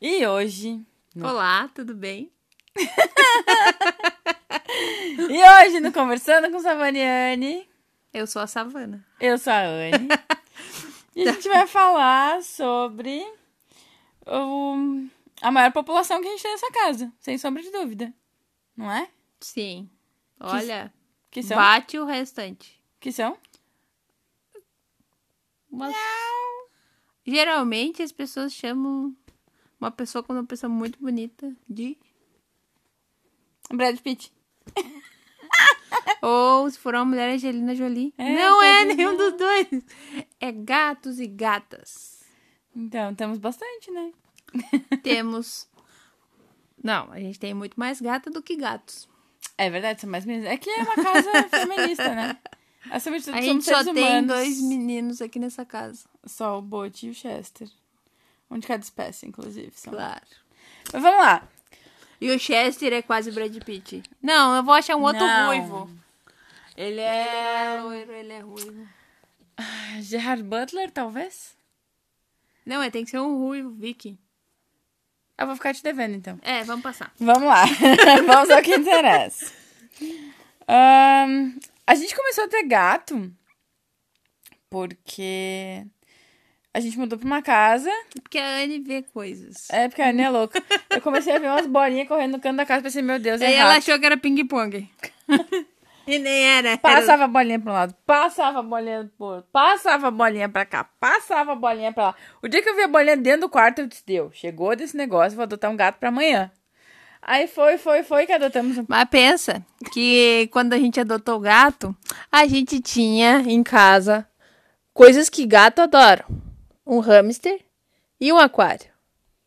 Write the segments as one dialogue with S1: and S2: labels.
S1: E hoje.
S2: No... Olá, tudo bem?
S1: e hoje, no Conversando com Savaniane.
S2: Eu sou a Savana.
S1: Eu sou a Anne. e
S2: Tá.
S1: a gente vai falar sobre o... a maior população que a gente tem nessa casa, sem sombra de dúvida. Não é?
S2: Sim. Olha,
S1: que são?
S2: bate o restante.
S1: Que são?
S2: Umas... Geralmente as pessoas chamam uma pessoa quando é uma pessoa muito bonita de
S1: Brad Pitt.
S2: Ou se for uma mulher Angelina Jolie.
S1: É,
S2: não é
S1: pode
S2: nenhum
S1: não.
S2: dos dois. É gatos e gatas.
S1: Então, temos bastante, né?
S2: Temos. Não, a gente tem muito mais gata do que gatos.
S1: É verdade, são mais meninas. É que é uma casa feminista, né? Acima de tudo,
S2: A
S1: somos
S2: gente só
S1: seres
S2: tem
S1: humanos.
S2: dois meninos aqui nessa casa.
S1: Só o Bote e o Chester. Um de cada espécie, inclusive. são.
S2: Claro.
S1: Mas vamos lá.
S2: E o Chester é quase Brad Pitt. Não, eu vou achar um outro
S1: Não.
S2: ruivo.
S1: Ele é.
S2: loiro, ele é ruivo.
S1: Gerard Butler, talvez?
S2: Não, é, tem que ser um ruivo, Vicky.
S1: Eu vou ficar te devendo, então.
S2: É, vamos passar.
S1: Vamos lá. Vamos ao que interessa. Ahn, a gente começou a ter gato porque a gente mudou pra uma casa.
S2: Porque a Anne vê coisas.
S1: É, porque a Anne é louca. Eu comecei a ver umas bolinhas correndo no canto da casa. Pensei, meu Deus, é
S2: Aí ela
S1: rato.
S2: achou que era ping-pong. e nem era. Era-
S1: Passava a bolinha pra um lado, passava a bolinha pro outro, passava a bolinha pra cá, passava a bolinha pra lá. O dia que eu vi a bolinha dentro do quarto, eu disse, deu, chegou desse negócio, vou adotar um gato pra amanhã. Aí foi, foi, foi que adotamos um...
S2: Mas pensa que quando a gente adotou o gato, a gente tinha em casa coisas que gato adora. Um hamster e um aquário,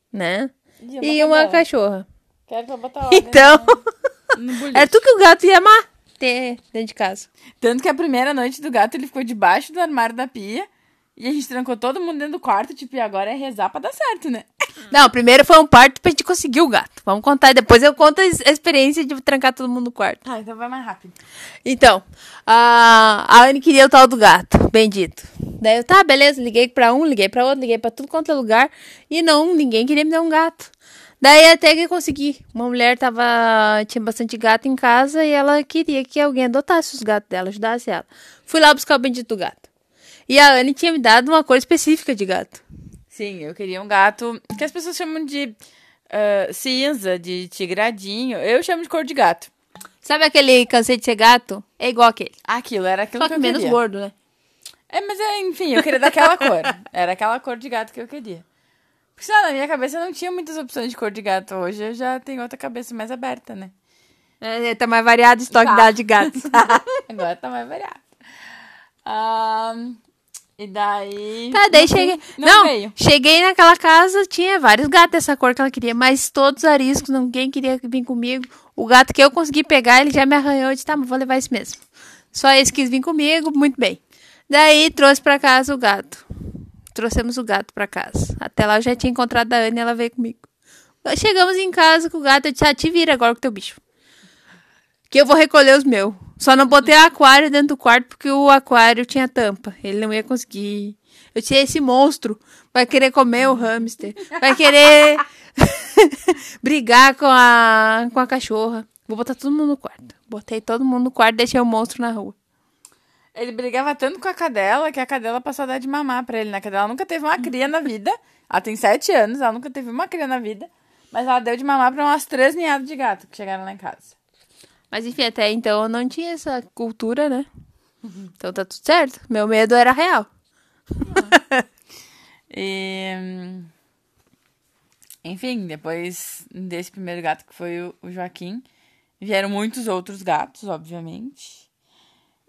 S2: né? E
S1: cachorra.
S2: uma cachorra.
S1: Quero que eu botar ordem
S2: Então,
S1: no boliche.
S2: era tudo que o gato ia amar ter dentro de casa.
S1: Tanto que a primeira noite do gato ele ficou debaixo do armário da pia e a gente trancou todo mundo dentro do quarto, tipo, e agora é rezar pra dar certo, né?
S2: Não, primeiro foi um parto pra gente conseguir o gato. Vamos contar e depois eu conto a ex- a experiência de trancar todo mundo no quarto.
S1: Ah, então vai mais rápido.
S2: Então, a, a Anne queria o tal do gato, bendito. Daí eu, tá, beleza, liguei pra um, liguei pra outro, liguei pra tudo quanto é lugar. E não, ninguém queria me dar um gato. Daí até que eu consegui. Uma mulher tava, tinha bastante gato em casa e ela queria que alguém adotasse os gatos dela, ajudasse ela. Fui lá buscar o bendito do gato. E a Anne tinha me dado uma cor específica de gato.
S1: Sim, eu queria um gato que as pessoas chamam de ah, cinza, de tigradinho. Eu chamo de cor de gato.
S2: Sabe aquele cansei de ser gato? É igual aquele.
S1: Aquilo, era aquilo
S2: Só
S1: que
S2: que
S1: eu
S2: menos
S1: queria.
S2: gordo, né?
S1: É, mas é, enfim, eu queria daquela cor. Era aquela cor de gato que eu queria. Porque, sei lá, na minha cabeça não tinha muitas opções de cor de gato. Hoje eu já tenho outra cabeça mais aberta, né?
S2: É, tá mais variado o estoque
S1: Tá.
S2: da de gatos.
S1: Agora tá mais variado. Ahn, e daí.
S2: Tá, daí
S1: Não sei,
S2: cheguei.
S1: Não,
S2: Não,
S1: veio.
S2: cheguei naquela casa, tinha vários gatos dessa cor que ela queria, mas todos ariscos, ninguém queria vir comigo. O gato que eu consegui pegar, ele já me arranhou e disse: tá, mas vou levar esse mesmo. Só esse quis vir comigo, muito bem. Daí trouxe pra casa o gato. Trouxemos o gato pra casa. Até lá eu já tinha encontrado a Ana e ela veio comigo. Chegamos em casa com o gato, eu disse: ah, te vira agora com o teu bicho. Que eu vou recolher os meus. Só não botei o aquário dentro do quarto porque o aquário tinha tampa. Ele não ia conseguir. Eu tinha esse monstro. Vai querer comer o hamster. Vai querer brigar com a, com a cachorra. Vou botar todo mundo no quarto. Botei todo mundo no quarto deixei o monstro na rua.
S1: Ele brigava tanto com a cadela que a cadela passou a dar de mamar pra ele, né? A cadela nunca teve uma cria na vida. Ela tem sete anos, ela nunca teve uma cria na vida. Mas ela deu de mamar pra umas três ninhadas de gato que chegaram lá em casa.
S2: Mas enfim, até então eu não tinha essa cultura, né? Então tá tudo certo. Meu medo era real.
S1: E. hum, Enfim, depois desse primeiro gato que foi o- o Joaquim, vieram muitos outros gatos, obviamente.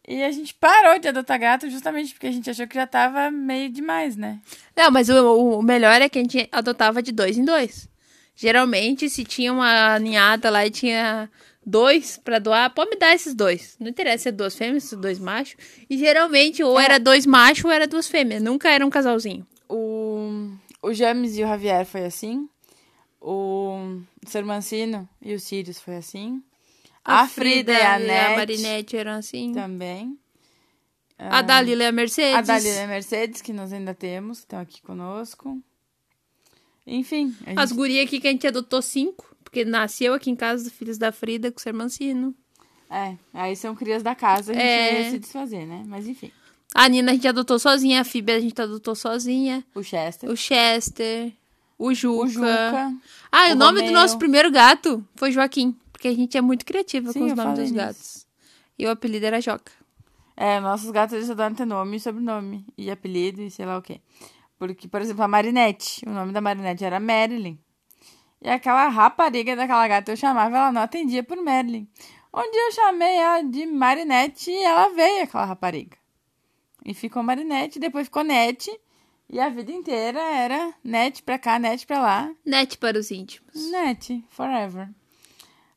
S1: E a gente parou de adotar gato justamente porque a gente achou que já tava meio demais, né?
S2: Não, mas o, o- o melhor é que a gente adotava de dois em dois. Geralmente, se tinha uma ninhada lá e tinha dois pra doar, pode me dar esses dois. Não interessa se é duas fêmeas, se é dois machos. E geralmente, ou
S1: É.
S2: era dois machos ou era duas fêmeas. Nunca era um casalzinho.
S1: O, o James e o Javier foi assim. O Sermancino e o Sirius foi assim. A, Frida, e a, Nete Então,
S2: Marinette eram assim.
S1: também. é.
S2: A Dalila e a Mercedes.
S1: A Dalila e a Mercedes, que nós ainda temos, que estão aqui conosco. Enfim. a
S2: As
S1: gente-
S2: gurias aqui que a gente adotou cinco, porque nasceu aqui em casa dos filhos da Frida com o seu Mancino.
S1: É, aí são crias da casa, a gente
S2: É.
S1: ia se desfazer, né? Mas enfim.
S2: A Nina a gente adotou sozinha, a Fibia a gente adotou sozinha,
S1: O Chester.
S2: o Chester, o Juca.
S1: O Juca.
S2: Ah, e
S1: o
S2: o nome do
S1: Romeu.
S2: nosso primeiro gato foi Joaquim, porque a gente é muito criativa
S1: Sim,
S2: com os
S1: eu
S2: nomes
S1: falei
S2: dos
S1: nisso.
S2: gatos. E o apelido era Joca.
S1: É, nossos gatos eles adoram ter nome e sobrenome. E apelido e sei lá o quê. Porque, por exemplo, a Marinette. O nome da Marinette era Marilyn. E aquela rapariga daquela gata eu chamava, ela não atendia por Marilyn. Um dia eu chamei ela de Marinette e ela veio, aquela rapariga. E ficou Marinette, depois ficou Nete. E a vida inteira era Nete pra cá, Nete pra lá.
S2: Net para os íntimos.
S1: Nete, forever.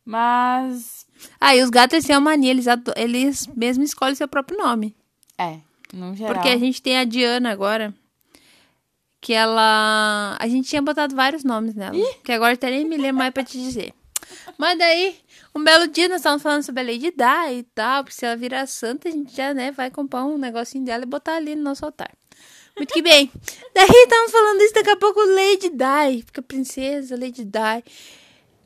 S1: Mas,
S2: Ah, e os gatos eles têm uma mania, eles, ado- eles mesmo escolhem seu próprio nome.
S1: é, no geral.
S2: Porque a gente tem a Diana agora. Que ela. A gente tinha botado vários nomes nela. Que agora eu até nem me lembro mais pra te dizer. Mas daí, um belo dia nós estávamos falando sobre a Lady Di e tal. Porque se ela virar santa, a gente já, né, vai comprar um negocinho dela e botar ali no nosso altar. Muito que bem. Daí estávamos falando isso daqui a pouco, Lady Di. Fica princesa, Lady Di.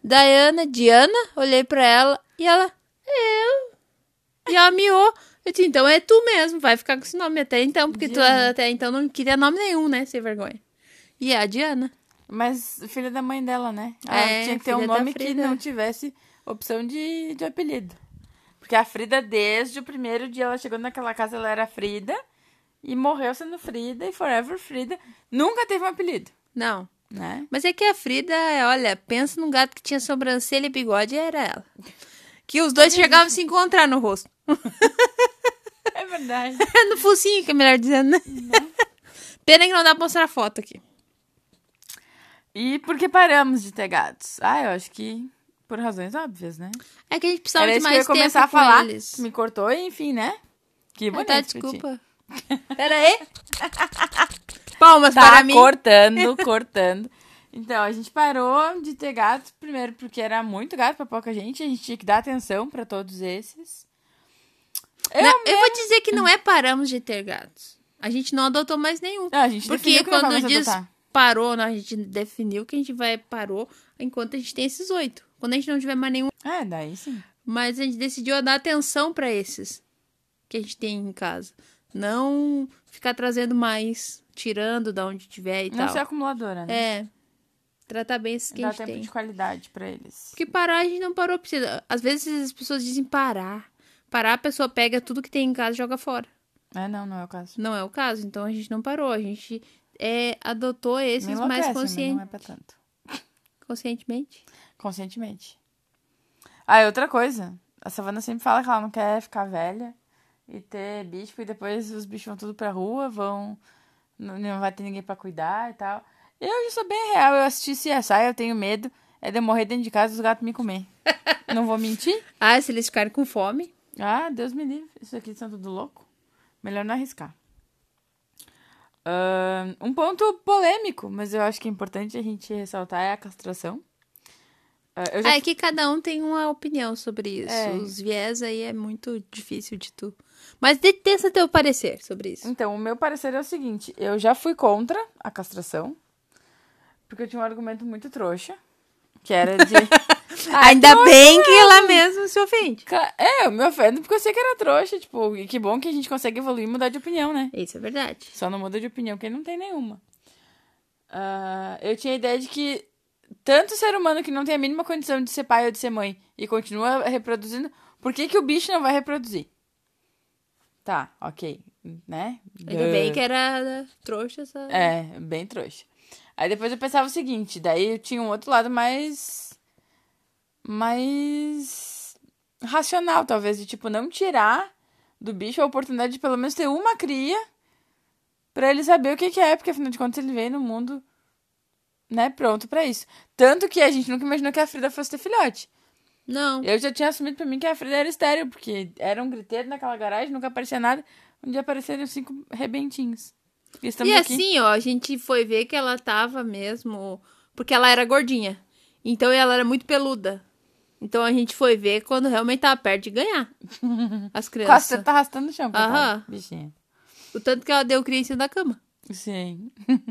S2: Diana, Diana, olhei pra ela e ela. Eu. E ela miou. Eu disse, então é tu mesmo, vai ficar com esse nome até então, porque tu
S1: Diana.
S2: até então não queria nome nenhum, né? Sem vergonha. E é a Diana.
S1: Mas filha da mãe dela, né? Ela
S2: É,
S1: tinha que ter um
S2: filha da
S1: nome que
S2: Frida.
S1: não tivesse opção de, de apelido. Porque a Frida, desde o primeiro dia ela chegou naquela casa, ela era Frida. E morreu sendo Frida e Forever Frida. Nunca teve um apelido,
S2: Não.
S1: né?
S2: Mas é que a Frida, olha, pensa num gato que tinha sobrancelha e bigode, era ela. Que os dois chegavam a se encontrar no rosto.
S1: É verdade.
S2: no focinho, que é melhor dizendo, né? Pena que não dá pra mostrar a foto aqui.
S1: e por que paramos de ter gatos? Ah, eu acho que por razões óbvias, né?
S2: É que a gente precisava
S1: Era
S2: de
S1: isso que eu
S2: mais
S1: ia
S2: tempo
S1: começar a
S2: com
S1: falar.
S2: eles.
S1: Me cortou, enfim, né? Que
S2: Ah,
S1: bonito.
S2: tá,
S1: Petit.
S2: desculpa. Pera aí. Palmas
S1: tá
S2: para mim.
S1: cortando, cortando. Então, a gente parou de ter gato, primeiro porque era muito gato pra pouca gente, a gente tinha que dar atenção pra todos esses. Eu
S2: Não, eu vou dizer que não é paramos de ter gatos. A gente não adotou mais nenhum.
S1: Não, Ah, a gente
S2: Porque
S1: definiu que não tá. vai
S2: quando
S1: mais
S2: diz
S1: adotar.
S2: parou, não, a gente definiu que a gente vai parou enquanto a gente tem esses oito. Quando a gente não tiver mais nenhum,
S1: É, daí sim.
S2: mas a gente decidiu dar atenção pra esses que a gente tem em casa. Não ficar trazendo mais, tirando da onde tiver e
S1: Não
S2: tal.
S1: ser acumuladora, né?
S2: Então. É. Tratar bem esses que a
S1: Dá
S2: gente
S1: tempo
S2: tem.
S1: de qualidade pra eles.
S2: Porque parar a gente não parou. Precisa. Às vezes as pessoas dizem parar. Parar, a pessoa pega tudo que tem em casa e joga fora.
S1: É, não, não é o caso.
S2: Não é o caso, então a gente não parou. A gente é, adotou esses
S1: Me enlouquece,
S2: mais
S1: mas
S2: conscien-
S1: Não é pra tanto.
S2: conscientemente.
S1: Conscientemente. Ah, e outra coisa. A Savana sempre fala que ela não quer ficar velha e ter bicho, porque depois os bichos vão tudo pra rua, vão. Não não vai ter ninguém pra cuidar e tal. Eu já sou bem real, eu assisti CSI, eu tenho medo. É de eu morrer dentro de casa e os gatos me comer. não vou mentir?
S2: Ah, se eles ficarem com fome.
S1: Ah, Deus me livre. Isso aqui são tudo louco. Melhor não arriscar. Ahn, um ponto polêmico, mas eu acho que é importante a gente ressaltar é a castração. Ah, eu já
S2: Ah, é que cada um tem uma opinião sobre isso.
S1: É.
S2: Os viés aí é muito difícil de tu. Mas detesta teu parecer sobre isso.
S1: Então, o meu parecer é o seguinte: eu já fui contra a castração, porque eu tinha um argumento muito trouxa, que era de. Ah,
S2: Ainda bem que ela mesmo se ofende.
S1: ca- É, eu me ofendo porque eu sei que era trouxa, tipo, e que bom que a gente consegue evoluir e mudar de opinião, né?
S2: Isso é verdade.
S1: Só não muda de opinião quem não tem nenhuma. Ah, eu tinha a ideia de que tanto ser humano que não tem a mínima condição de ser pai ou de ser mãe e continua reproduzindo, por que, que o bicho não vai reproduzir? Tá, ok, né?
S2: Ainda bem que era trouxa essa.
S1: É, bem trouxa. Aí depois eu pensava o seguinte, daí eu tinha um outro lado mais. mais. racional, talvez, de tipo, não tirar do bicho a oportunidade de pelo menos ter uma cria pra ele saber o que, que é, porque afinal de contas ele veio no mundo, né, pronto pra isso. Tanto que a gente nunca imaginou que a Frida fosse ter filhote.
S2: Não.
S1: Eu já tinha assumido pra mim que a Frida era estéreo, porque era um griteiro naquela garagem, nunca aparecia nada. Um dia apareceram cinco rebentinhos. E estamos
S2: e
S1: aqui.
S2: assim, ó, a gente foi ver que ela tava mesmo. Porque ela era gordinha. Então ela era muito peluda. Então a gente foi ver quando realmente tava perto de ganhar. As
S1: Quase você
S2: crianças.
S1: tá arrastando o chão, coitada,
S2: Aham.
S1: bichinha.
S2: O tanto que ela deu cria em cima da cama.
S1: Sim.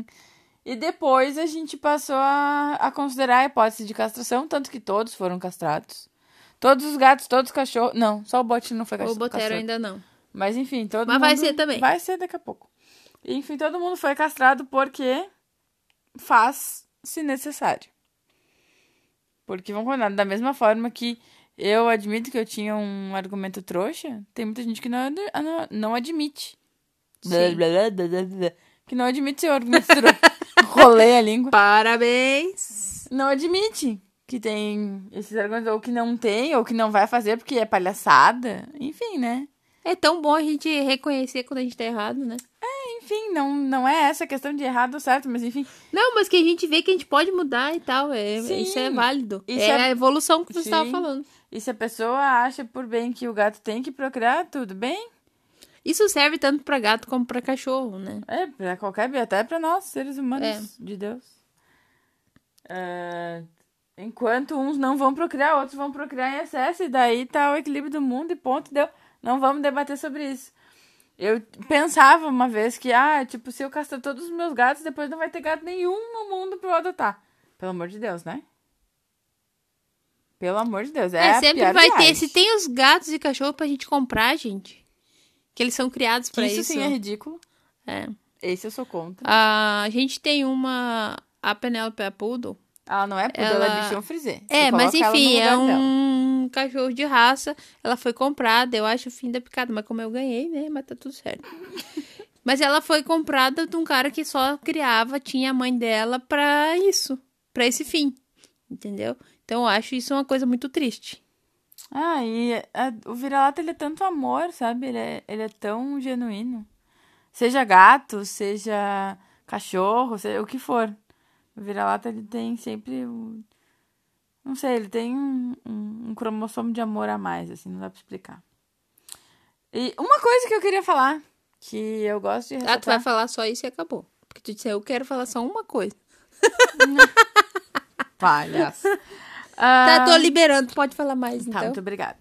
S1: E depois a gente passou a, a considerar a hipótese de castração, tanto que todos foram castrados. Todos os gatos, todos os cachorros. Não, só o Bote não foi
S2: O
S1: cachorro.
S2: Botero ainda não.
S1: Mas enfim, todo
S2: Mas vai
S1: mundo-
S2: ser também.
S1: Vai ser daqui a pouco. Enfim, todo mundo foi castrado porque faz se necessário. Porque vão contar da mesma forma que eu admito que eu tinha um argumento trouxa, tem muita gente que não, ad- ah, não, não admite.
S2: Sim.
S1: Blá, blá, blá, blá, blá, Que não admite seu argumento trouxa. Rolei a língua
S2: Parabéns!
S1: não admite que tem esses argumentos, ou que não tem, ou que não vai fazer porque é palhaçada. Enfim, né?
S2: É tão bom a gente reconhecer quando a gente tá errado, né?
S1: Enfim, não, não é essa a questão de errado ou certo, mas enfim.
S2: Não, mas que a gente vê que a gente pode mudar e tal. É,
S1: Sim.
S2: isso é válido.
S1: Isso
S2: é,
S1: é-
S2: a evolução que você
S1: Sim.
S2: estava falando.
S1: E se a pessoa acha por bem que o gato tem que procriar, tudo bem?
S2: Isso serve tanto pra gato como pra cachorro, né?
S1: É, pra qualquer bicho, até pra nós, seres humanos
S2: É.
S1: de Deus. É, enquanto uns não vão procriar, outros vão procriar em excesso, e daí tá o equilíbrio do mundo e ponto, deu. Não vamos debater sobre isso. Eu pensava uma vez que, ah, tipo, se eu castrar todos os meus gatos, depois não vai ter gato nenhum no mundo pra eu adotar. Pelo amor de Deus, né? Pelo amor de Deus. É,
S2: É,
S1: a
S2: sempre
S1: pior
S2: vai ter.
S1: viagem.
S2: Se tem os gatos e cachorro pra gente comprar, gente. Que eles são criados
S1: Que
S2: pra
S1: isso,
S2: isso.
S1: sim é ridículo.
S2: É.
S1: Esse eu sou contra.
S2: Ah, A gente tem uma. A Penélope a Poodle.
S1: Ela não é poodle, ela,
S2: Ela-
S1: é bichão frisé. Você
S2: É, mas
S1: coloca ela no
S2: enfim, é
S1: lugar dela.
S2: um cachorro de raça. Ela foi comprada, eu acho o fim da picada, mas como eu ganhei, né? Mas tá tudo certo. mas ela foi comprada de um cara que só criava, tinha a mãe dela pra isso, pra esse fim. Entendeu? Então eu acho isso uma coisa muito triste.
S1: Ah, e a- o vira-lata, ele é tanto amor, sabe? Ele é, ele é tão genuíno. Seja gato, seja cachorro, seja o que for. O vira-lata, ele tem sempre... o- Não sei, ele tem um, um- um cromossomo de amor a mais, assim, não dá pra explicar. E uma coisa que eu queria falar, que eu gosto de
S2: Ah, tu
S1: ressaltar...
S2: vai falar só isso e acabou. Porque tu disse, eu quero falar só uma coisa.
S1: Palhaço. Ah,
S2: Tá, tô liberando, pode falar mais
S1: Tá,
S2: então.
S1: muito obrigada.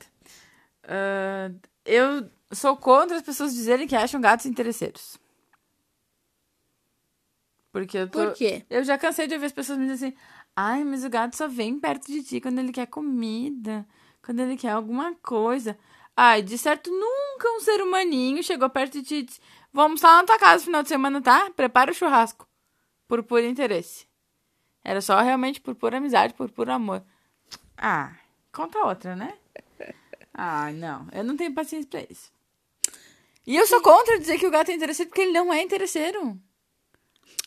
S1: Ah, eu sou contra as pessoas dizerem que acham gatos interesseiros. Porque eu tô.
S2: Por quê?
S1: Eu já cansei de ouvir as pessoas me dizendo assim: ai, mas o gato só vem perto de ti quando ele quer comida, quando ele quer alguma coisa. Ai, de certo, nunca um ser humaninho chegou perto de ti e disse: vamos lá na tua casa no final de semana, tá? Prepara o churrasco. Por puro interesse. Era só realmente por pura amizade, por puro amor. Ah, conta outra, né? Ai, não. Eu não tenho paciência pra isso. E eu sou contra dizer que o gato é interesseiro porque ele não é interesseiro.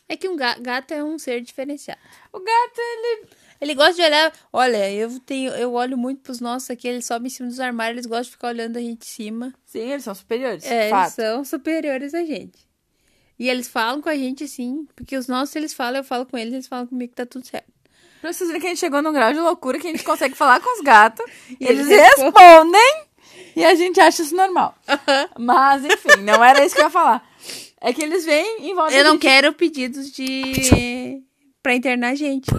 S2: É que um ga- gato é um ser diferenciado.
S1: O gato, ele.
S2: Ele gosta de olhar. Olha, eu tenho, eu olho muito pros nossos aqui, eles sobem em cima dos armários, eles gostam de ficar olhando a gente de cima.
S1: Sim, eles são superiores.
S2: É, eles
S1: fato.
S2: são superiores a gente. E eles falam com a gente assim, porque os nossos eles falam, eu falo com eles, eles falam comigo que tá tudo certo.
S1: Pra vocês verem que a gente chegou num grau de loucura que a gente consegue falar com os gatos.
S2: E
S1: eles
S2: eles
S1: respondem. E a gente acha isso normal. Mas, enfim, não era isso que eu ia falar. É que eles vêm em volta
S2: Eu não
S1: de ti.
S2: quero pedidos de pra internar a gente,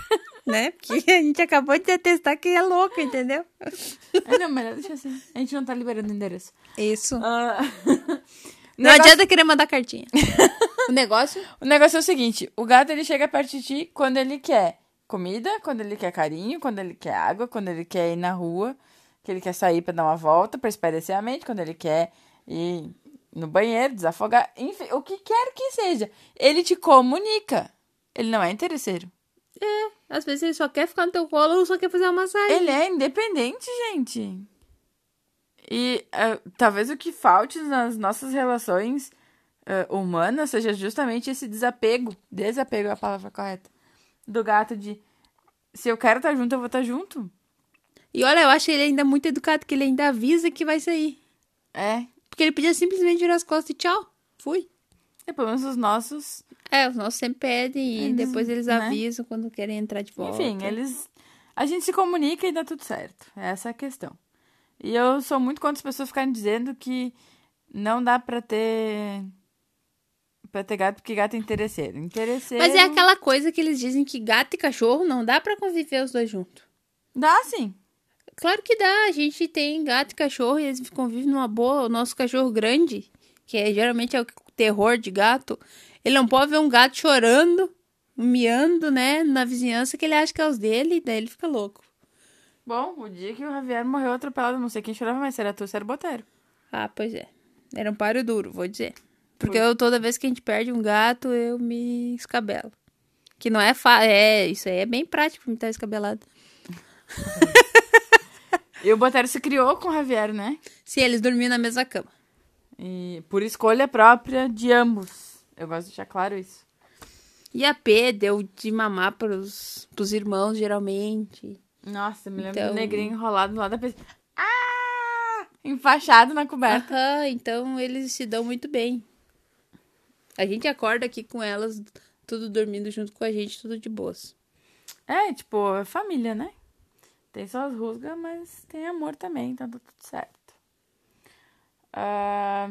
S2: né? Porque a gente acabou de detestar quem é louco, entendeu?
S1: Ah, não, melhor deixa assim. A gente não tá liberando o endereço.
S2: Isso.
S1: Ah,
S2: Não
S1: negócio-
S2: adianta querer mandar cartinha. o negócio
S1: O negócio é o seguinte: o gato ele chega perto de ti quando ele quer comida, quando ele quer carinho, quando ele quer água, quando ele quer ir na rua, que ele quer sair pra dar uma volta, pra espairecer a mente, quando ele quer ir no banheiro, desafogar, enfim, o que quer que seja. Ele te comunica. Ele não é interesseiro.
S2: Às vezes ele só quer ficar no teu colo ou só quer fazer uma massagem.
S1: Ele é independente, gente. E ah, talvez o que falte nas nossas relações ah, humanas seja justamente esse desapego. Desapego é a palavra correta. Do gato de se eu quero estar junto, eu vou estar junto.
S2: E olha, eu acho ele ainda muito educado, que ele ainda avisa que vai sair.
S1: É.
S2: Porque ele podia simplesmente virar as costas e tchau, fui.
S1: E pelo menos os nossos.
S2: É, os nossos sempre pedem e
S1: Eles,
S2: depois eles
S1: né?
S2: avisam quando querem entrar de volta.
S1: Enfim, é eles. A gente se comunica e dá tudo certo. Essa é a questão. E eu sou muito contra as pessoas ficarem dizendo que não dá pra ter. pra ter gato, porque gato é interesseiro. Interesseiro.
S2: Mas é aquela coisa que eles dizem que gato e cachorro não dá pra conviver os dois juntos.
S1: Dá sim.
S2: Claro que dá, a gente tem gato e cachorro e eles convivem numa boa. O nosso cachorro grande, que é, geralmente é o terror de gato, ele não pode ver um gato chorando miando, né, na vizinhança que ele acha que é os dele, e daí ele fica louco.
S1: Bom, o dia que o Javier morreu atropelado, não sei quem chorava mais, se era tu, se era o Botero.
S2: Ah, pois é. Era um páreo duro, vou dizer. Porque
S1: Foi.
S2: eu, toda vez que a gente perde um gato, eu me escabelo. Que não é fácil. É, isso aí é bem prático pra me estar escabelado.
S1: E o Botero se criou com o Javier, né?
S2: Se eles dormiam na mesma cama.
S1: E por escolha própria de ambos. Eu gosto de deixar claro isso.
S2: E a P deu de mamar pros, pros irmãos, geralmente.
S1: Nossa, eu me lembro
S2: Então-
S1: do negrinho enrolado lá da pessoa. Ah! Enfaixado na coberta.
S2: Aham, então eles se dão muito bem. A gente acorda aqui com elas, tudo dormindo junto com a gente, tudo de boas. Ah.
S1: É, tipo, é família, né? Tem suas rusgas, mas tem amor também, então tá tudo certo. Ah,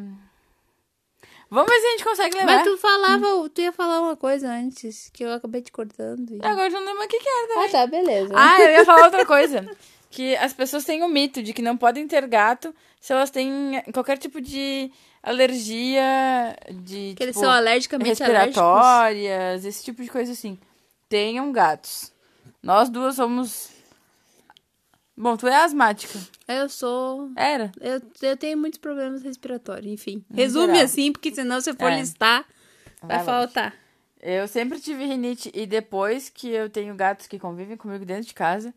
S1: Vamos ver se a gente consegue levar.
S2: Mas tu falava, tu ia falar uma coisa antes, que eu acabei te cortando. e-
S1: Agora eu não lembro o que, que era também.
S2: Ah, tá, beleza.
S1: É Ah, eu ia falar outra coisa. Que as pessoas têm o mito de que não podem ter gato se elas têm qualquer tipo de alergia, de
S2: que eles
S1: tipo,
S2: são alergicamente alérgicos.
S1: respiratórias, esse tipo de coisa assim. Tenham gatos. Nós duas somos. Bom, tu é asmática.
S2: Eu sou.
S1: Era?
S2: Eu, eu tenho muitos problemas respiratórios, enfim. Resume
S1: geral.
S2: assim, porque senão se eu for
S1: É. Ah,
S2: listar, vai,
S1: Vai longe.
S2: faltar.
S1: Eu sempre tive rinite e depois que eu tenho gatos que convivem comigo dentro de casa,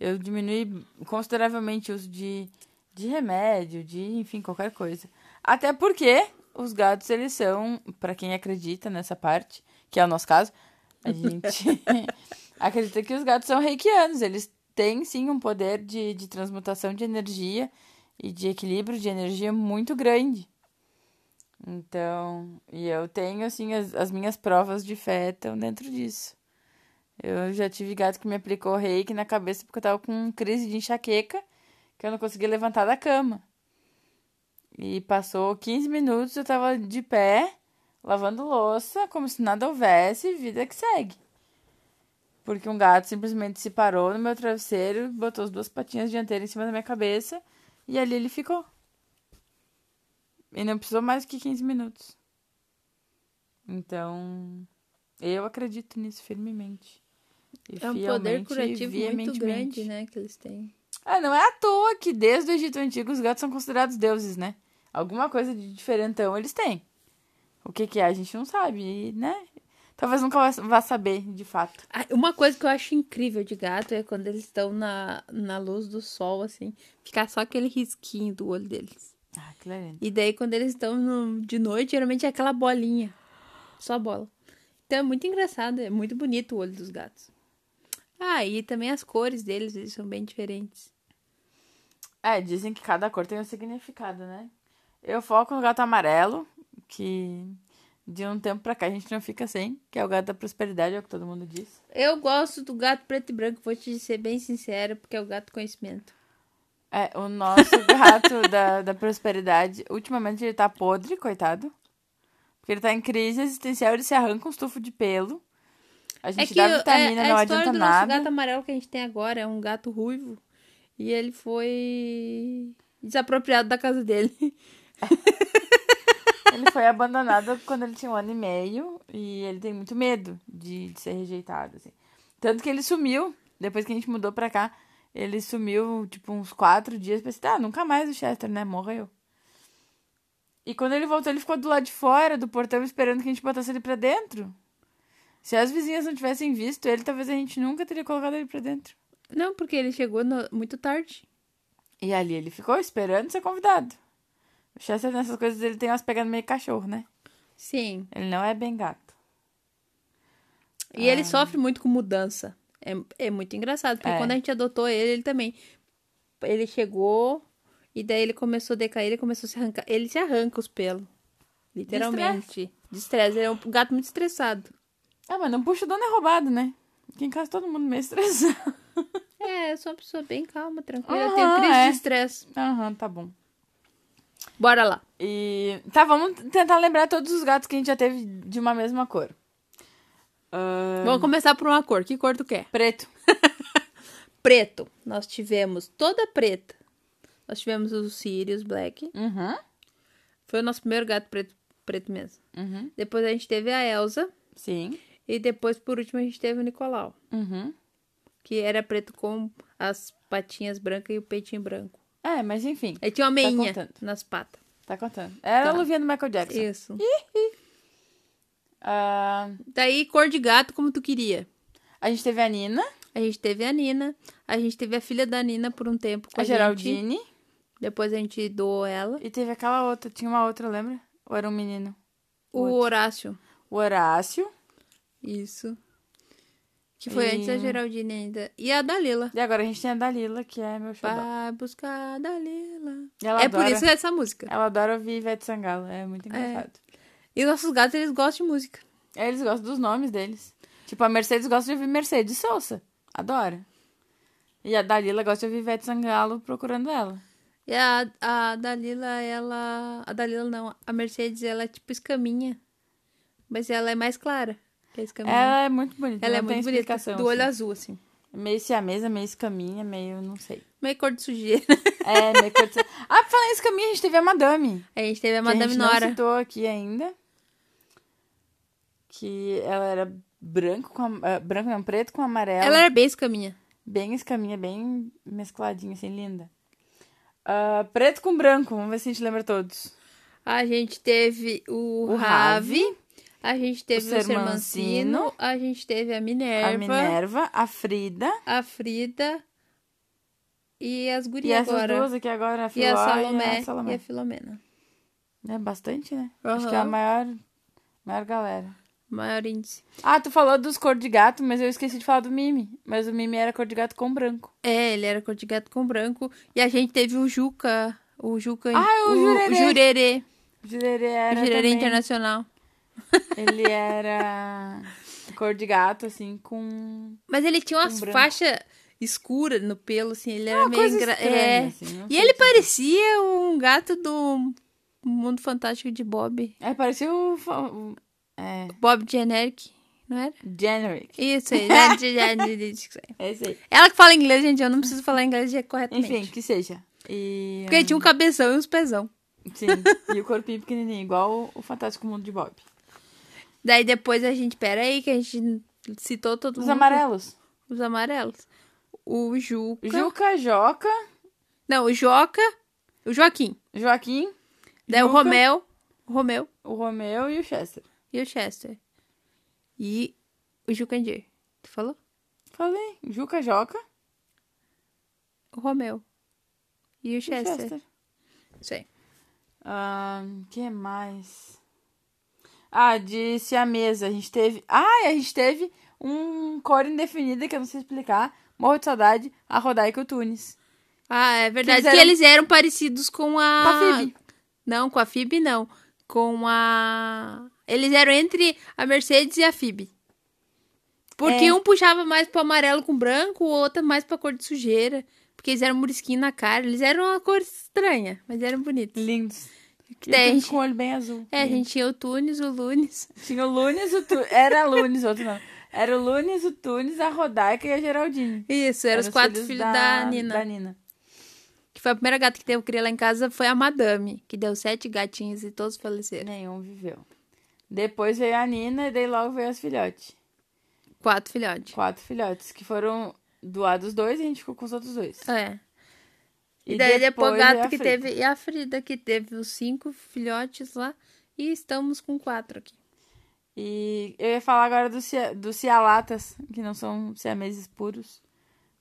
S1: eu diminui consideravelmente o uso de, de remédio, de enfim, qualquer coisa. Até porque os gatos, eles são, pra quem acredita nessa parte, que é o nosso caso, a gente acredita que os gatos são reikianos. Eles têm sim um poder de, de transmutação de energia e de equilíbrio de energia muito grande. Então, e eu tenho, assim, as, as minhas provas de fé estão dentro disso. Eu já tive gato que me aplicou reiki na cabeça porque eu tava com crise de enxaqueca, que eu não conseguia levantar da cama. E passou 15 minutos, eu tava de pé, lavando louça, como se nada houvesse, vida que segue. Porque um gato simplesmente se parou no meu travesseiro, botou as duas patinhas dianteiras em cima da minha cabeça, e ali ele ficou. E não precisou mais que 15 minutos. Então, eu acredito nisso firmemente. E
S2: É um poder
S1: fielmente
S2: curativo
S1: e
S2: muito
S1: veementemente.
S2: grande, né, que eles têm.
S1: Ah, não é à toa que desde o Egito Antigo os gatos são considerados deuses, né? Alguma coisa de diferentão eles têm. O que, que é, a gente não sabe, e, né? Talvez nunca vá- vá saber, de fato.
S2: Ah, Uma coisa que eu acho incrível de gato é quando eles estão na, na luz do sol, assim, ficar só aquele risquinho do olho deles.
S1: Ah, Clarence.
S2: E daí, quando eles estão no- de noite, geralmente é aquela bolinha. Só a bola. Então é muito engraçado, é muito bonito o olho dos gatos. Ah, e também as cores deles, eles são bem diferentes.
S1: É, dizem que cada cor tem um significado, né? Eu foco no gato amarelo, que de um tempo pra cá a gente não fica sem, que é o gato da prosperidade, é o que todo mundo diz.
S2: Eu gosto do gato preto e branco, vou te ser bem sincera, porque é o gato conhecimento.
S1: É, o nosso gato da, da prosperidade, ultimamente ele tá podre, coitado. Porque ele tá em crise existencial, ele se arranca um estufo de pelo. A gente
S2: é que
S1: dá
S2: o-
S1: vitamina,
S2: é, é
S1: não
S2: a história
S1: adianta
S2: do
S1: nada.
S2: nosso gato amarelo que a gente tem agora, é um gato ruivo. E ele foi desapropriado da casa dele.
S1: Ele foi abandonado quando ele tinha um ano e meio e ele tem muito medo de, de ser rejeitado, assim. Tanto que ele sumiu, depois que a gente mudou pra cá, ele sumiu, tipo, uns quatro dias. Pensei, ah, nunca mais o Chester, né? Morreu. E quando ele voltou, ele ficou do lado de fora do portão esperando que a gente botasse ele pra dentro. Se as vizinhas não tivessem visto ele, talvez a gente nunca teria colocado ele pra dentro.
S2: Não, porque ele chegou no- muito tarde.
S1: E ali ele ficou esperando ser convidado. O Chester, nessas coisas, ele tem umas pegadas meio cachorro, né?
S2: Sim.
S1: Ele não é bem gato.
S2: E ele sofre muito com mudança. É, Ah. é muito engraçado, porque
S1: É.
S2: quando a gente adotou ele, ele também. Ele chegou, e daí ele começou a decair, ele começou a se arrancar. Ele se arranca os pelos. Literalmente. De estresse. Ele é um gato muito estressado.
S1: Ah, mas não puxa o dono é roubado, né? Aqui em casa todo mundo meio estressado.
S2: É, eu sou uma pessoa bem calma, tranquila. eu
S1: Aham,
S2: tenho crise
S1: é.
S2: de estresse.
S1: Aham, tá bom.
S2: Bora lá.
S1: E. Tá, vamos tentar lembrar todos os gatos que a gente já teve de uma mesma cor. Ah,
S2: Vamos começar por uma cor. Que cor tu quer?
S1: Preto.
S2: Preto. Nós tivemos toda preta. Nós tivemos o Sirius Black.
S1: Uhum.
S2: Foi o nosso primeiro gato preto, preto mesmo.
S1: Uhum.
S2: Depois a gente teve a Elsa.
S1: Sim.
S2: E depois, por último, a gente teve o Nicolau,
S1: Uhum.
S2: que era preto com as patinhas brancas e o peitinho branco.
S1: É, mas enfim,
S2: Ele tinha uma meinha
S1: contando.
S2: nas patas.
S1: tá contando. Era
S2: Tá.
S1: a luvinha do Michael Jackson.
S2: Isso.
S1: Ah,
S2: Daí, cor de gato como tu queria.
S1: a gente teve a Nina,
S2: A gente teve a Nina, a gente teve a filha da Nina por um tempo com
S1: a,
S2: a, gente.
S1: Geraldine
S2: Depois a gente doou ela.
S1: e teve aquela outra. Tinha uma outra, lembra? Ou era um menino?
S2: O Horácio.
S1: O Horácio
S2: Isso. Que foi
S1: E-
S2: antes da Geraldine ainda. E a Dalila.
S1: e agora a gente tem a Dalila, que é meu xodó.
S2: Vai buscar a Dalila.
S1: E Ela
S2: é
S1: adora,
S2: por isso que é essa música.
S1: Ela adora ouvir Ivete Sangalo, é muito engraçado.
S2: E nossos gatos, eles gostam de música.
S1: É, Eles gostam dos nomes deles. Tipo, a Mercedes gosta de ouvir Mercedes Souza. Adora. E a Dalila gosta de ouvir Ivete Sangalo procurando ela.
S2: E a, a Dalila, ela. A Dalila não. A Mercedes, ela é tipo escaminha. Mas ela é mais clara que a escaminha.
S1: Ela é muito bonita.
S2: Ela é
S1: não tem
S2: muito bonita.
S1: explicação,
S2: Do olho
S1: assim.
S2: azul, assim.
S1: Meio siamesa, meio escaminha, meio não sei.
S2: Meio cor de sujeira.
S1: É, meio coisa... Ah, pra falar em escaminha, a gente teve a Madame.
S2: A gente teve a
S1: que a
S2: Madame
S1: gente
S2: Nora.
S1: não citou aqui ainda. Que ela era branco com... am- ah, branco não, preto com amarelo.
S2: Ela era bem escaminha.
S1: Bem escaminha, bem mescladinha, assim, linda. Ah, preto com branco, vamos ver se a gente lembra todos.
S2: A gente teve o,
S1: O
S2: Ravi, a gente teve o
S1: Sermancino,
S2: Sermancino, a gente teve a Minerva,
S1: A
S2: a,
S1: Minerva, a Frida.
S2: Frida e as
S1: E,
S2: gurias
S1: essas
S2: agora.
S1: duas aqui agora, a
S2: e
S1: Filó
S2: a Salomé
S1: e a Salomé.
S2: e a Filomena.
S1: É bastante, né? Acho que é a
S2: Aham.
S1: maior, maior galera.
S2: Maior índice.
S1: Ah, tu falou dos cor de gato, mas eu esqueci de falar do Mimi. Mas o Mimi era cor de gato com branco.
S2: É, ele era cor de gato com branco. E a gente teve o Juca. O Juca.
S1: Ah, o Jurerê.
S2: Jurerê.
S1: O Jurerê
S2: O
S1: era
S2: Jurerê
S1: também-
S2: Internacional.
S1: Ele era cor de gato, assim, com...
S2: Mas ele tinha umas
S1: Com branco.
S2: faixas escuras no pelo, assim. Ele era
S1: Uma
S2: meio
S1: coisa
S2: engra...
S1: estranha,
S2: é.
S1: assim, não
S2: E
S1: sei
S2: ele
S1: dizer.
S2: parecia um gato do Mundo Fantástico de Bob.
S1: É, parecia o... fa- o- É,
S2: Bob Generic, não era?
S1: generic.
S2: Isso aí. né? Generic.
S1: É isso aí.
S2: Ela que fala inglês, gente, eu não preciso falar inglês corretamente.
S1: Enfim, que seja. E...
S2: Porque tinha um cabeção e uns pezão.
S1: Sim, e o corpinho pequenininho, igual o Fantástico Mundo de Bob.
S2: Daí depois a gente, pera aí, que a gente citou todo
S1: Os
S2: mundo.
S1: amarelos.
S2: Os amarelos. O Juca.
S1: Juca, Joca,
S2: Não, o Joca. O Joaquim.
S1: Joaquim,
S2: Daí o
S1: Juca.
S2: Romeu. O Romeu
S1: o Romeu e o Chester.
S2: e o Chester. E o Jucandir. Tu falou?
S1: Falei, Juca, Joca
S2: O Romeu. E o
S1: e o
S2: Chester.
S1: Chester.
S2: Isso aí.
S1: Ah, que mais? Ah, de siamesa. A gente teve. Ah, e a gente teve um cor indefinida que eu não sei explicar. Morro de saudade, a Rodaica e o Tunis.
S2: Ah, é verdade.
S1: eram-
S2: Que eles eram parecidos com a.
S1: Com a Phoebe.
S2: Não, com a Fib não. Com a. Eles eram entre a Mercedes e a Fib. Porque
S1: É.
S2: um puxava mais pro amarelo com branco, o outro mais pra cor de sujeira. Porque eles eram murisquinho na cara. Eles eram uma cor estranha, mas eram bonitos.
S1: Lindos. E o
S2: Daí a
S1: Tunis
S2: gente-
S1: com o olho bem azul.
S2: É, a
S1: Lindo.
S2: gente tinha o Tunis, o Lunes.
S1: Tinha o Lunes, o Tunis. Era Lunes, outro não. Era o Lunes, o Tunis, a Rodaica e a Geraldine.
S2: Isso, eram os quatro filhos da, Nina.
S1: Da Nina.
S2: Que foi a primeira gata que deu cria lá em casa, foi a Madame, que deu sete gatinhos e todos faleceram.
S1: Nenhum viveu. Depois veio a Nina e daí logo veio as filhotes.
S2: Quatro filhotes.
S1: Quatro filhotes, que foram doados dois e a gente ficou com os outros dois.
S2: É. E daí depois o
S1: veio
S2: gato
S1: é a
S2: que
S1: Frida.
S2: teve. E a Frida, que teve os cinco filhotes lá. E estamos com quatro aqui.
S1: E eu ia falar agora dos cia- dos cialatas, que não são siameses puros,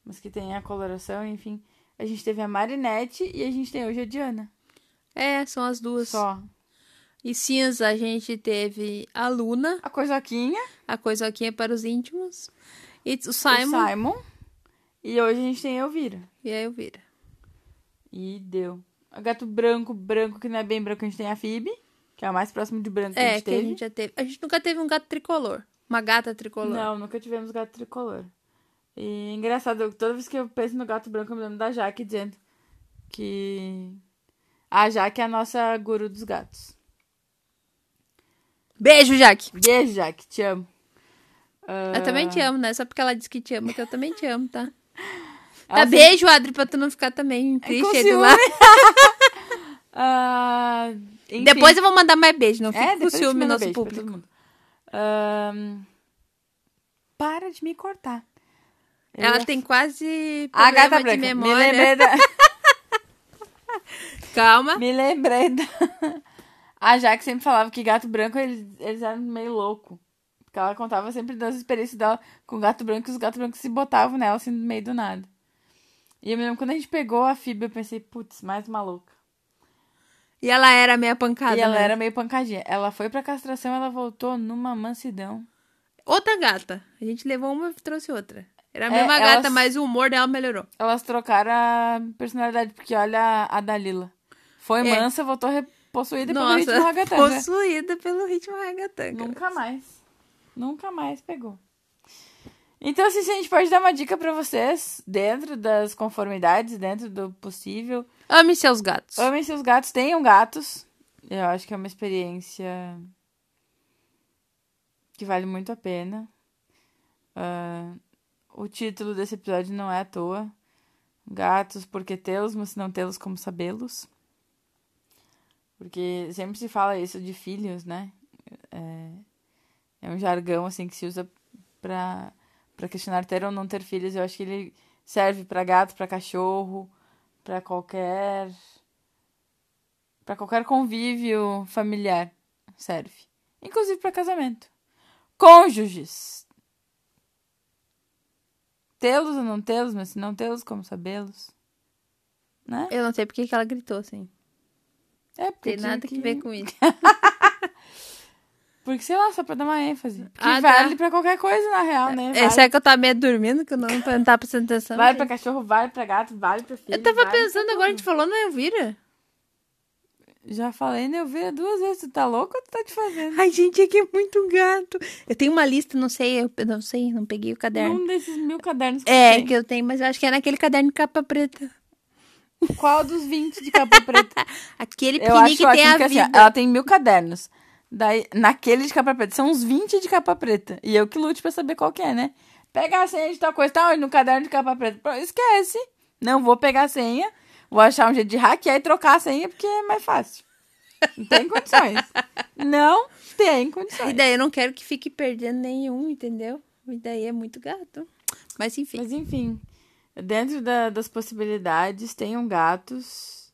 S1: mas que tem a coloração, enfim. A gente teve a Marinette e a gente tem hoje a Diana.
S2: É, são as duas.
S1: Só.
S2: E cinza, a gente teve a Luna,
S1: A Coisoquinha,
S2: a coisoquinha para os íntimos. E o
S1: o
S2: Simon,
S1: Simon. E hoje a gente tem a Elvira.
S2: e a Elvira.
S1: E deu. O gato branco, branco, que não é bem branco, a gente tem a Phoebe, que é o mais próximo de branco que a
S2: É,
S1: gente
S2: que
S1: teve.
S2: a gente já teve. A gente nunca teve um gato tricolor. Uma gata tricolor.
S1: Não, nunca tivemos gato tricolor. E é engraçado, eu- toda vez que eu penso no gato branco, eu me lembro da Jaque dizendo que a Jaque é a nossa guru dos gatos.
S2: Beijo, Jaque.
S1: Beijo, Jaque, te amo.
S2: Eu também
S1: Ah.
S2: te amo, né? Só porque ela disse que te ama, que eu também te amo, tá?
S1: Ela É
S2: Tá, beijo, Adri, pra tu não ficar também triste aí do
S1: ciúme.
S2: lado.
S1: Ah, enfim.
S2: Depois eu vou mandar mais beijo, não fica
S1: é,
S2: com
S1: depois eu te
S2: ciúme
S1: mando
S2: nosso
S1: beijo pra
S2: público.
S1: todo mundo. Ahn, para de me cortar. Eu
S2: Ela
S1: ia-
S2: tem Ah, quase
S1: A
S2: problema
S1: gata
S2: de
S1: branca. Me
S2: memória.
S1: lembrei da...
S2: Calma.
S1: Me lembrei da... A Jaque sempre falava que gato branco, eles, eles eram meio louco. Porque ela contava sempre das experiências dela com gato branco, e os gatos brancos se botavam nela, assim, no meio do nada. E eu me lembro quando a gente pegou a Fib, eu pensei, putz, mais uma louca.
S2: E ela era meia pancada.
S1: e ela
S2: né?
S1: era meio pancadinha. Ela foi pra castração, ela voltou numa mansidão.
S2: Outra gata. A gente levou uma e trouxe outra. Era a
S1: É,
S2: mesma
S1: elas-
S2: gata, mas o humor dela melhorou.
S1: Elas trocaram a personalidade, porque olha a Dalila. Foi
S2: É.
S1: mansa, voltou repossuída pelo
S2: Nossa,
S1: ritmo ragatanga.
S2: possuída pelo ritmo ragatanga.
S1: Nunca mais. Nunca mais pegou. Então, assim, se a gente pode dar uma dica pra vocês, dentro das conformidades, dentro do possível.
S2: Ame seus gatos.
S1: Amem seus gatos, tenham gatos. Eu acho que é uma experiência que vale muito a pena. Ah, o título desse episódio não é à toa. Gatos, porque tê-los, mas se não tê-los, como sabê-los? Porque sempre se fala isso de filhos, né? É, é um jargão, assim, que se usa pra, pra questionar ter ou não ter filhos. Eu acho que ele serve pra gato, pra cachorro, pra qualquer... Pra qualquer convívio familiar serve. Inclusive pra casamento. Cônjuges. Tê-los ou não tê-los, mas se não tê-los, como sabê-los? Né?
S2: Eu não sei porque que ela gritou assim.
S1: É, porque
S2: Tem
S1: tinha
S2: nada que ver com isso.
S1: Porque, sei lá, só pra dar uma ênfase. Porque
S2: Ah, tá.
S1: vale pra qualquer coisa, na real, né? Vale,
S2: É, será que eu tava meio dormindo que eu não, não tava prestando atenção?
S1: vale pra cachorro, vale pra gato, vale pra filho.
S2: Eu tava
S1: vale pra
S2: pensando agora, a gente falou na Elvira.
S1: tudo. Já falei, né? Eu vi duas vezes. Tu tá louco ou tu tá te fazendo?
S2: Ai, gente, aqui é muito gato. Eu tenho uma lista, não sei, eu eu não sei, não peguei o caderno.
S1: Num Um desses mil cadernos que
S2: é,
S1: tem.
S2: que eu tenho, mas eu acho que é naquele caderno de capa preta.
S1: Qual dos 20 de capa preta?
S2: Aquele
S1: Eu
S2: pequenininho
S1: acho
S2: que tem
S1: ótimo
S2: a
S1: que assim,
S2: vida.
S1: ó, ela tem mil cadernos. Daí, naquele de capa preta, são uns 20 de capa preta. E eu que lute pra saber qual que é, né? Pegar a senha de tal coisa, tá onde? No caderno de capa preta. Pô, Esquece. Não vou pegar a senha. Vou achar um jeito de hackear e trocar a senha, porque é mais fácil. Não tem condições. Não tem
S2: E
S1: condições.
S2: daí eu não quero que fique perdendo nenhum, entendeu? E daí é muito gato. Mas enfim.
S1: Mas enfim, dentro da- das possibilidades, tenham gatos.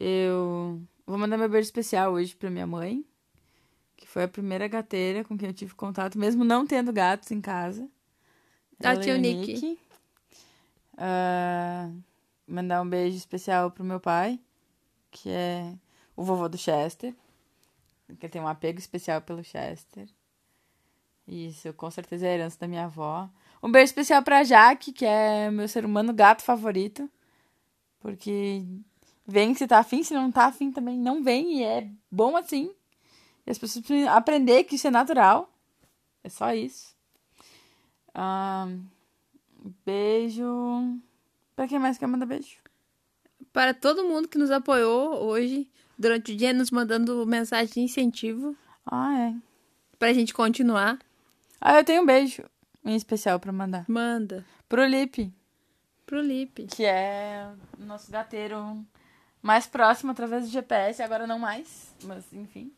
S1: Eu vou mandar meu beijo especial hoje pra minha mãe, que foi a primeira gateira com quem eu tive contato, mesmo não tendo gatos em casa.
S2: Tá,
S1: Ela e
S2: tio
S1: o
S2: Nick.
S1: Ah, mandar um beijo especial pro meu pai, que é o vovô do Chester, que tem um apego especial pelo Chester. Isso, com certeza é a herança da minha avó. Um beijo especial pra Jaque, que é meu ser humano gato favorito. Porque vem se tá afim, se não tá afim também não vem, e é bom assim. E as pessoas precisam aprender que isso é natural. É só isso. Ah, beijo. Pra quem mais quer mandar beijo?
S2: Para todo mundo que nos apoiou hoje, durante o dia, nos mandando mensagem de incentivo
S1: Ah, é.
S2: pra gente continuar.
S1: Ah, eu tenho um beijo em especial pra mandar.
S2: Manda
S1: Pro Lipe,
S2: pro Lipe.
S1: que é o nosso gateiro mais próximo através do GPS, agora não mais, mas enfim.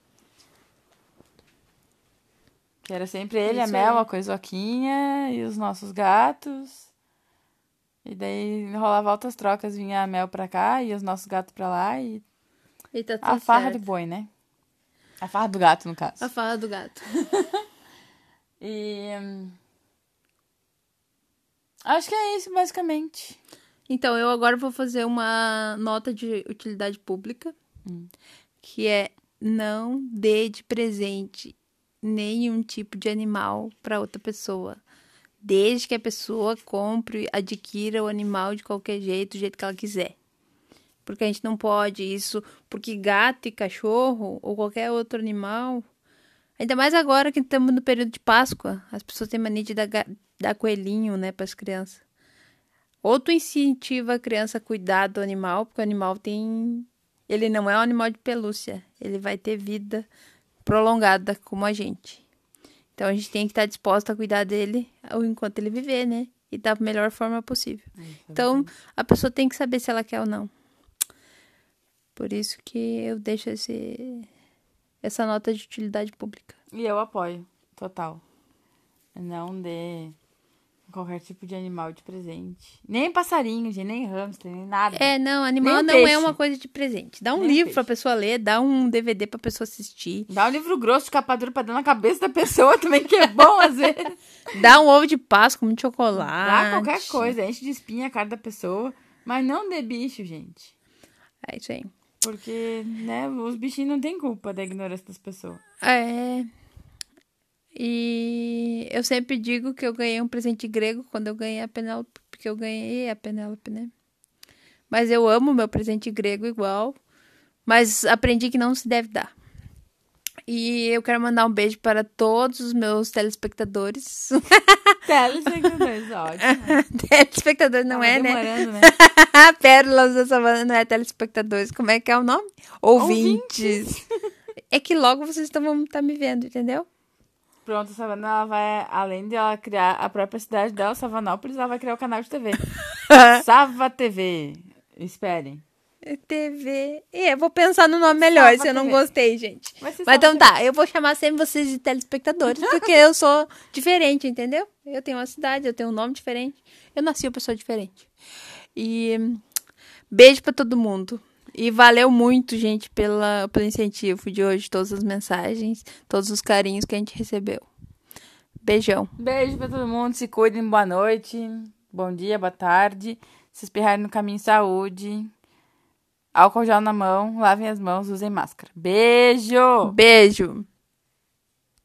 S1: Que era sempre ele, a
S2: Isso
S1: Mel,
S2: aí.
S1: a Coisoquinha e os nossos gatos. E daí rolava altas trocas, vinha a Mel pra cá e os nossos gatos pra lá. E
S2: E tá tudo
S1: a farra
S2: certo.
S1: do boi, né? A farra do gato, no caso.
S2: A farra do gato.
S1: E. hum, Acho que é isso, basicamente.
S2: Então, eu agora vou fazer uma nota de utilidade pública, que é não dê de presente nenhum tipo de animal para outra pessoa. Desde que a pessoa compre, adquira o animal de qualquer jeito, do jeito que ela quiser. Porque a gente não pode isso, porque gato e cachorro ou qualquer outro animal, ainda mais agora que estamos no período de Páscoa, as pessoas têm mania de dar, ga- dar coelhinho, né, para as crianças. Ou tu incentiva a criança a cuidar do animal, porque o animal tem. Ele não é um animal de pelúcia. Ele vai ter vida prolongada como a gente. Então a gente tem que estar disposta a cuidar dele ao- enquanto ele viver, né? E da melhor forma possível.
S1: Ah, é
S2: Então a pessoa tem que saber se ela quer ou não. Por isso que eu deixo esse, essa nota de utilidade pública.
S1: E eu apoio, total. Não dê qualquer tipo de animal de presente. Nem passarinho, gente, nem hamster, nem nada.
S2: É, não, animal
S1: Nem um
S2: não
S1: peixe.
S2: é uma coisa de presente. Dá um
S1: Nem
S2: livro
S1: peixe.
S2: pra pessoa ler, dá um DVD pra pessoa assistir,
S1: Dá um livro grosso de capa dura pra dar na cabeça da pessoa também, que é bom às vezes.
S2: dá um ovo de Páscoa, muito
S1: Dá
S2: chocolate.
S1: qualquer coisa, enche de espinha a cara da pessoa. Mas não dê bicho, gente.
S2: É isso aí.
S1: Porque, né, os bichinhos não têm culpa da ignorância das pessoas.
S2: É. E eu sempre digo que eu ganhei um presente grego quando eu ganhei a Penélope, porque eu ganhei a Penélope, né? Mas eu amo meu presente grego igual, mas aprendi que não se deve dar. E eu quero mandar um beijo para todos os meus telespectadores.
S1: Telespectadores, ótimo.
S2: telespectadores não
S1: Tava
S2: é, né?
S1: demorando, né?
S2: Ah, Pérolas da Savana não é telespectadores, como é que é o nome? Ouvintes. é que logo vocês estão, vão estar me vendo, entendeu?
S1: Pronto, a Savana, ela vai, além de ela criar a própria cidade dela, Savanópolis, ela vai criar o canal de TV. Sava TV. Esperem.
S2: TV. É, eu vou pensar no nome melhor,
S1: Salva
S2: se eu não
S1: TV.
S2: gostei, gente.
S1: Vai ser um Sava
S2: Mas então tá, eu vou chamar sempre vocês de telespectadores, porque eu sou diferente, entendeu? Eu tenho uma cidade, eu tenho um nome diferente. Eu nasci uma pessoa diferente. E hum, beijo pra todo mundo. E valeu muito, gente, pela, pelo incentivo de hoje, todas as mensagens, todos os carinhos que a gente recebeu. Beijão.
S1: Beijo pra todo mundo, se cuidem, boa noite, bom dia, boa tarde. Se espirrarem no caminho, saúde. Álcool gel na mão, lavem as mãos, usem máscara. Beijo!
S2: Beijo.